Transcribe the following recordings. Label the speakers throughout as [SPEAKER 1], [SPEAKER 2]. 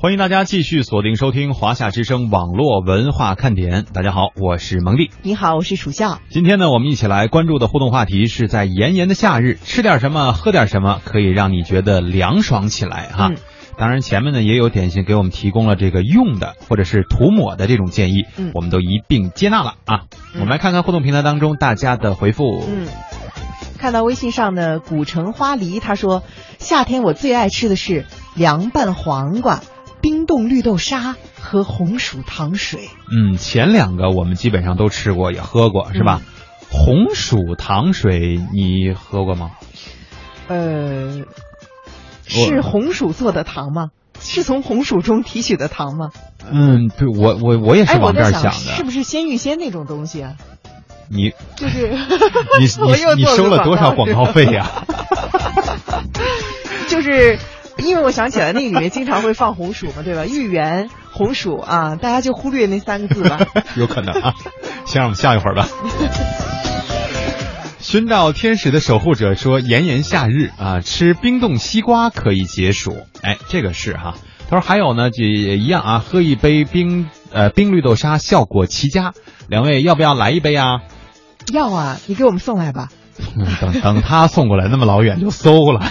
[SPEAKER 1] 欢迎大家继续锁定收听华夏之声网络文化看点。大家好，我是蒙蒂。
[SPEAKER 2] 你好，我是楚笑。
[SPEAKER 1] 今天呢，我们一起来关注的互动话题是在炎炎的夏日，吃点什么，喝点什么，可以让你觉得凉爽起来哈。
[SPEAKER 2] 嗯
[SPEAKER 1] 当然，前面呢也有点心给我们提供了这个用的或者是涂抹的这种建议，
[SPEAKER 2] 嗯
[SPEAKER 1] 我们都一并接纳了啊。我
[SPEAKER 2] 嗯
[SPEAKER 1] 们来看看互动平台当中大家的回复。
[SPEAKER 2] 嗯，看到微信上的古城花梨，他说夏天我最爱吃的是凉拌黄瓜、冰冻绿豆沙和红薯糖水。
[SPEAKER 1] 嗯，前两个我们基本上都吃过，也喝过，是
[SPEAKER 2] 嗯
[SPEAKER 1] 吧？红薯糖水你喝过吗？
[SPEAKER 2] 呃，是红薯做的糖吗？是从红薯中提取的糖吗？
[SPEAKER 1] 嗯，对我我我也是
[SPEAKER 2] 哎，我
[SPEAKER 1] 往这
[SPEAKER 2] 在
[SPEAKER 1] 儿
[SPEAKER 2] 想，
[SPEAKER 1] 的。
[SPEAKER 2] 是不是鲜芋仙那种东西啊？
[SPEAKER 1] 你
[SPEAKER 2] 就是，
[SPEAKER 1] 你
[SPEAKER 2] 我又
[SPEAKER 1] 你你
[SPEAKER 2] 做
[SPEAKER 1] 收了
[SPEAKER 2] 广
[SPEAKER 1] 多少广告费呀、
[SPEAKER 2] 就是因为我想起来那个里面经常会放红薯嘛，对吧？芋圆、红薯啊，大家就忽略那三个字吧。
[SPEAKER 1] 有可能啊。先让我们笑一 会儿吧。寻找天使的守护者说：“炎炎夏日啊，吃冰冻西瓜可以解暑。”哎，这个是哈、他说还有呢，也一样啊，喝一杯冰呃冰绿豆沙效果奇佳。两位要不要来一杯啊？
[SPEAKER 2] 要啊，你给我们送来吧。
[SPEAKER 1] 嗯等等他送过来那么老远就馊了。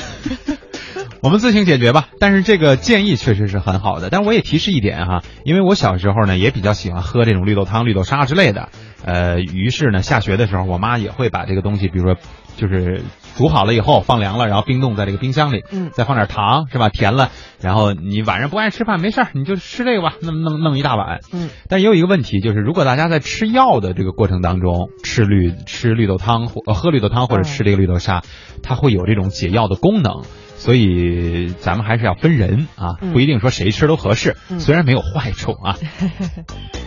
[SPEAKER 1] 我们自行解决吧，但是这个建议确实是很好的。但我也提示一点哈，因为我小时候呢也比较喜欢喝这种绿豆汤、绿豆沙之类的，呃，于是呢下学的时候，我妈也会把这个东西，比如说就是煮好了以后放凉了，然后冰冻在这个冰箱里，
[SPEAKER 2] 嗯
[SPEAKER 1] 再放点糖是吧？甜了，然后你晚上不爱吃饭没事儿，你就吃这个吧，弄弄弄一大碗，
[SPEAKER 2] 嗯，
[SPEAKER 1] 但也有一个问题，就是如果大家在吃药的这个过程当中，吃绿吃绿豆汤或、呃喝绿豆汤或者吃这个绿豆沙，
[SPEAKER 2] 嗯
[SPEAKER 1] 它会有这种解药的功能，所以咱们还是要分人啊，
[SPEAKER 2] 嗯
[SPEAKER 1] 不一定说谁吃都合适，
[SPEAKER 2] 嗯
[SPEAKER 1] 虽然没有坏处啊。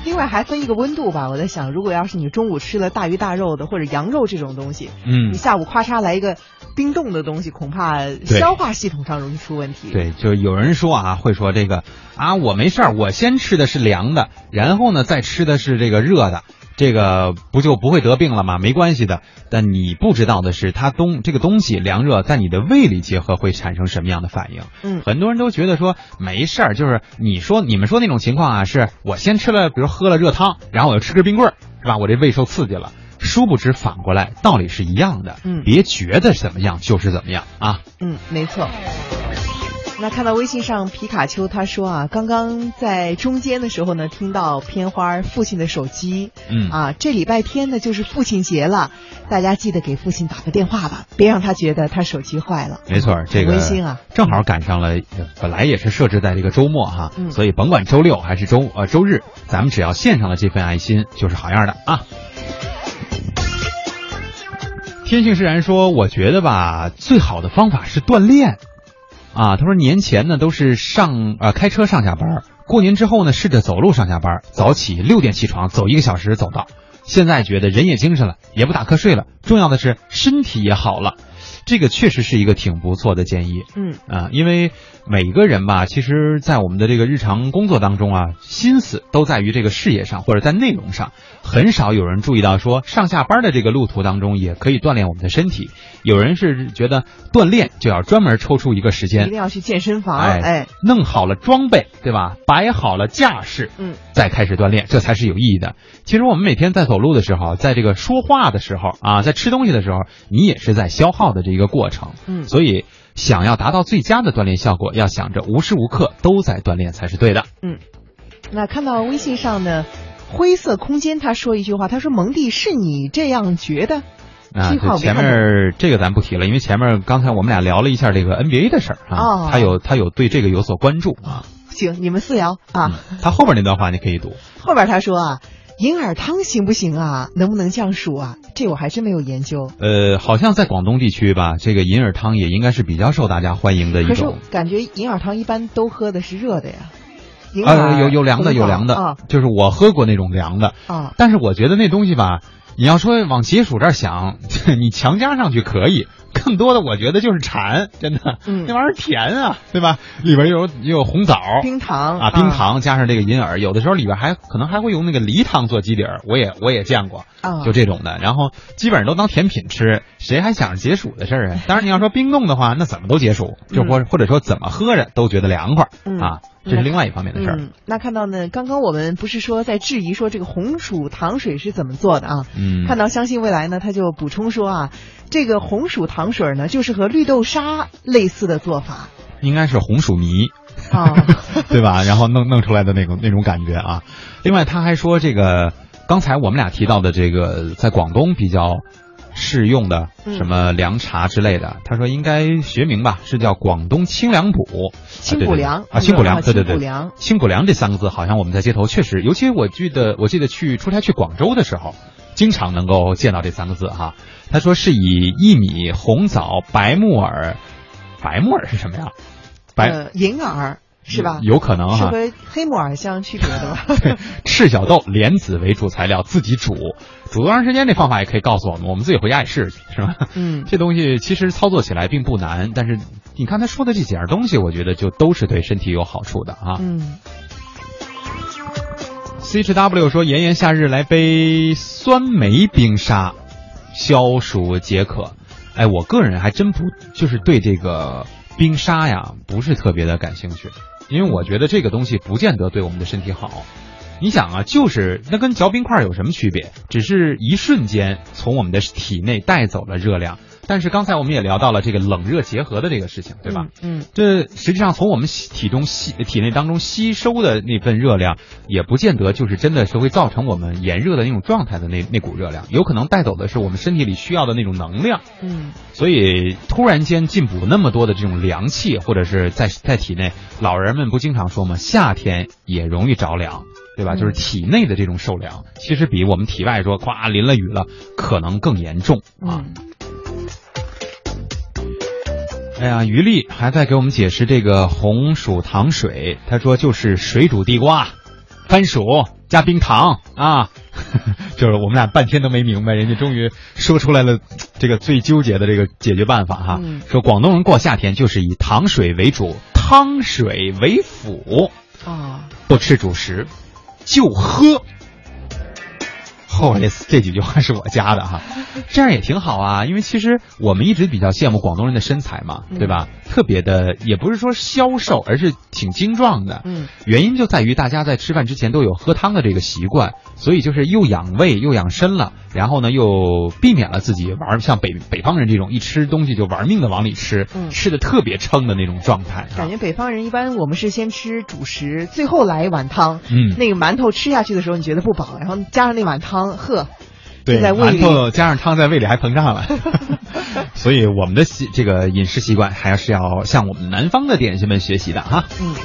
[SPEAKER 2] 另外还分一个温度吧。我在想，如果要是你中午吃了大鱼大肉的或者羊肉这种东西，
[SPEAKER 1] 嗯
[SPEAKER 2] 你，下午咔嚓来一个冰冻的东西，恐怕消化系统上容易出问题。，
[SPEAKER 1] 对，就有人说啊，会说这个啊，我没事儿，我先吃的是凉的，然后呢再吃的是这个热的，这个不就不会得病了吗？没关系的。但你不知道的是，它东这个东西凉热在你的胃里结合会产生什么样的反应？
[SPEAKER 2] 嗯
[SPEAKER 1] 很多人都觉得说没事儿，就是你说你们说那种情况啊，是我先吃了，比如喝了热汤，然后我又吃根冰棍儿，是吧？我这胃受刺激了。殊不知反过来道理是一样的，
[SPEAKER 2] 嗯
[SPEAKER 1] 别觉得怎么样就是怎么样啊。
[SPEAKER 2] 嗯，没错。那看到微信上皮卡丘他说啊，刚刚在中间的时候呢，听到片花儿父亲的手机，
[SPEAKER 1] 嗯
[SPEAKER 2] 啊，这礼拜天呢就是父亲节了，大家记得给父亲打个电话吧，别让他觉得他手机坏了。
[SPEAKER 1] 没错儿，这个
[SPEAKER 2] 温馨啊
[SPEAKER 1] 正好赶上了，呃本来也是设置在这个周末哈，
[SPEAKER 2] 嗯
[SPEAKER 1] 所以甭管周六还是周呃周日，咱们只要献上了这份爱心，就是好样的啊。天性释然说：“我觉得吧，最好的方法是锻炼啊。”他说：“年前呢都是上呃开车上下班儿，过年之后呢试着走路上下班儿，早起六点起床，走一个小时走到。现在觉得人也精神了，也不打瞌睡了，重要的是身体也好了。”这个确实是一个挺不错的建议
[SPEAKER 2] 嗯
[SPEAKER 1] 啊、因为每个人吧，其实，在我们的这个日常工作当中啊，心思都在于这个事业上或者在内容上，很少有人注意到说上下班的这个路途当中也可以锻炼我们的身体。有人是觉得锻炼就要专门抽出一个时
[SPEAKER 2] 一
[SPEAKER 1] 间
[SPEAKER 2] 定，要去健身房，
[SPEAKER 1] 哎
[SPEAKER 2] 哎，
[SPEAKER 1] 弄好了装备，对吧？摆好了架势，
[SPEAKER 2] 嗯，
[SPEAKER 1] 再开始锻炼，这才是有意义的。其实我们每天在走路的时候，在这个说话的时候啊，在吃东西的时候，你也是在消耗的这一个过程。
[SPEAKER 2] 嗯
[SPEAKER 1] 所以想要达到最佳的锻炼效果，要想着无时无刻都在锻炼才是对的。
[SPEAKER 2] 那看到微信上呢，灰色空间他说一句话，他说蒙蒂是你这样觉得？
[SPEAKER 1] 啊
[SPEAKER 2] 这句话，我没
[SPEAKER 1] 前
[SPEAKER 2] 看
[SPEAKER 1] 面儿这个咱不提了，因为前面儿刚才我们俩聊了一下这个 NBA 的事儿
[SPEAKER 2] 哦
[SPEAKER 1] 啊，他有他有对这个有所关注啊。
[SPEAKER 2] 行，你们私聊啊。
[SPEAKER 1] 嗯他后边那段话你可以读。
[SPEAKER 2] 后边他说啊，银耳汤行不行啊？能不能降暑啊？这我还真没有研究。
[SPEAKER 1] 呃，好像在广东地区吧，这个银耳汤也应该是比较受大家欢迎的一
[SPEAKER 2] 可是
[SPEAKER 1] 种
[SPEAKER 2] 我。感觉银耳汤一般都喝的是热的呀。银耳
[SPEAKER 1] 啊，有有凉的，有凉的
[SPEAKER 2] 啊，
[SPEAKER 1] 就是我喝过那种凉的，
[SPEAKER 2] 啊，
[SPEAKER 1] 但是我觉得那东西吧，你要说往解暑这儿想， 你强加上去可以，更多的我觉得就是馋，真的，
[SPEAKER 2] 嗯
[SPEAKER 1] 那玩意儿甜啊，对吧？里边又有又有红枣
[SPEAKER 2] 冰糖
[SPEAKER 1] 啊，冰糖加上这个银耳，有的时候里边还可能还会用那个梨糖做基底儿，我也我也见过，
[SPEAKER 2] 啊，
[SPEAKER 1] 就这种的，然后基本上都当甜品吃，谁还想着解暑的事 儿啊？当然你要说冰冻的话，那怎么都解暑，就或或者说怎么喝着都觉得凉快儿
[SPEAKER 2] 嗯
[SPEAKER 1] 啊，这是另外一方面的事儿。
[SPEAKER 2] 嗯，那看到呢，刚刚我们不是说在质疑说这个红薯糖水是怎么做的啊？
[SPEAKER 1] 嗯，
[SPEAKER 2] 看到相信未来呢，他就补充说啊，这个红薯糖水呢，就是和绿豆沙类似的做法
[SPEAKER 1] 应该是红薯泥，
[SPEAKER 2] 啊。
[SPEAKER 1] 对吧？然后弄弄出来的那种那种感觉啊。另外，他还说这个刚才我们俩提到的这个在广东比较适用的
[SPEAKER 2] 嗯
[SPEAKER 1] 什么凉茶之类的，他说应该学名吧，是叫广东清凉补。
[SPEAKER 2] 清补凉
[SPEAKER 1] 啊，清补凉，
[SPEAKER 2] 嗯
[SPEAKER 1] 对对对，
[SPEAKER 2] 清补凉
[SPEAKER 1] 清补凉这三个字，好像我们在街头确实，尤其我记得我记得去出差去广州的时候，经常能够见到这三个字哈。他说是以薏米、红枣、白木耳，白木耳是什么呀？ 白、嗯
[SPEAKER 2] 呃，银耳是吧？
[SPEAKER 1] 有可能哈，
[SPEAKER 2] 是和黑木耳相区别的吧？
[SPEAKER 1] 对， 赤小豆、莲子为主材料，自己煮，煮多长时间这方法也可以告诉我们，我们自己回家也试试， 是吧？
[SPEAKER 2] 嗯
[SPEAKER 1] 这东西其实操作起来并不难，但是你看他说的这几样东西，我觉得就都是对身体有好处的啊。
[SPEAKER 2] 嗯，
[SPEAKER 1] CHW 说炎炎夏日来杯酸梅冰沙，消暑解渴。哎，我个人还真不就是对这个冰沙呀不是特别的感兴趣，因为我觉得这个东西不见得对我们的身体好。你想啊，就是那跟嚼冰块有什么区别？只是一瞬间从我们的体内带走了热量。但是刚才我们也聊到了这个冷热结合的这个事情，对吧？
[SPEAKER 2] 嗯？嗯，
[SPEAKER 1] 这实际上从我们吸体中吸体内当中吸收的那份热量，也不见得就是真的是会造成我们炎热的那种状态的那那股热量，有可能带走的是我们身体里需要的那种能量。
[SPEAKER 2] 嗯，
[SPEAKER 1] 所以突然间进补那么多的这种凉气，或者是在在体内，老人们不经常说吗？夏天也容易着凉，对吧？
[SPEAKER 2] 嗯
[SPEAKER 1] 就是体内的这种受凉，其实比我们体外说夸淋了雨了，可能更严重啊。
[SPEAKER 2] 嗯，
[SPEAKER 1] 哎呀，于丽还在给我们解释这个红薯糖水，她说就是水煮地瓜、番薯加冰糖啊， 就是我们俩半天都没明白，人家终于说出来了这个最纠结的这个解决办法哈。
[SPEAKER 2] 嗯
[SPEAKER 1] 说广东人过夏天就是以糖水为主，汤水为辅，
[SPEAKER 2] 啊，
[SPEAKER 1] 不吃主食，就喝。后来这几句话是我加的哈，这样也挺好啊，因为其实我们一直比较羡慕广东人的身材嘛，
[SPEAKER 2] 嗯
[SPEAKER 1] 对吧？特别的，也不是说消瘦，而是挺精壮的。
[SPEAKER 2] 嗯，
[SPEAKER 1] 原因就在于大家在吃饭之前都有喝汤的这个习惯，所以就是又养胃又养身了，然后呢又避免了自己玩像北北方人这种一吃东西就玩命的往里吃，
[SPEAKER 2] 嗯
[SPEAKER 1] 吃的特别撑的那种状态、啊。
[SPEAKER 2] 感觉北方人一般我们是先吃主食，最后来一碗汤。
[SPEAKER 1] 嗯
[SPEAKER 2] 那个馒头吃下去的时候你觉得不饱，然后加上那碗汤，呵，
[SPEAKER 1] 对，
[SPEAKER 2] 就在胃
[SPEAKER 1] 馒
[SPEAKER 2] 里
[SPEAKER 1] 头加上汤在胃里还膨胀 了，所以我们的习这个饮食习惯还是要向我们南方的点心们学习的哈。
[SPEAKER 2] 嗯。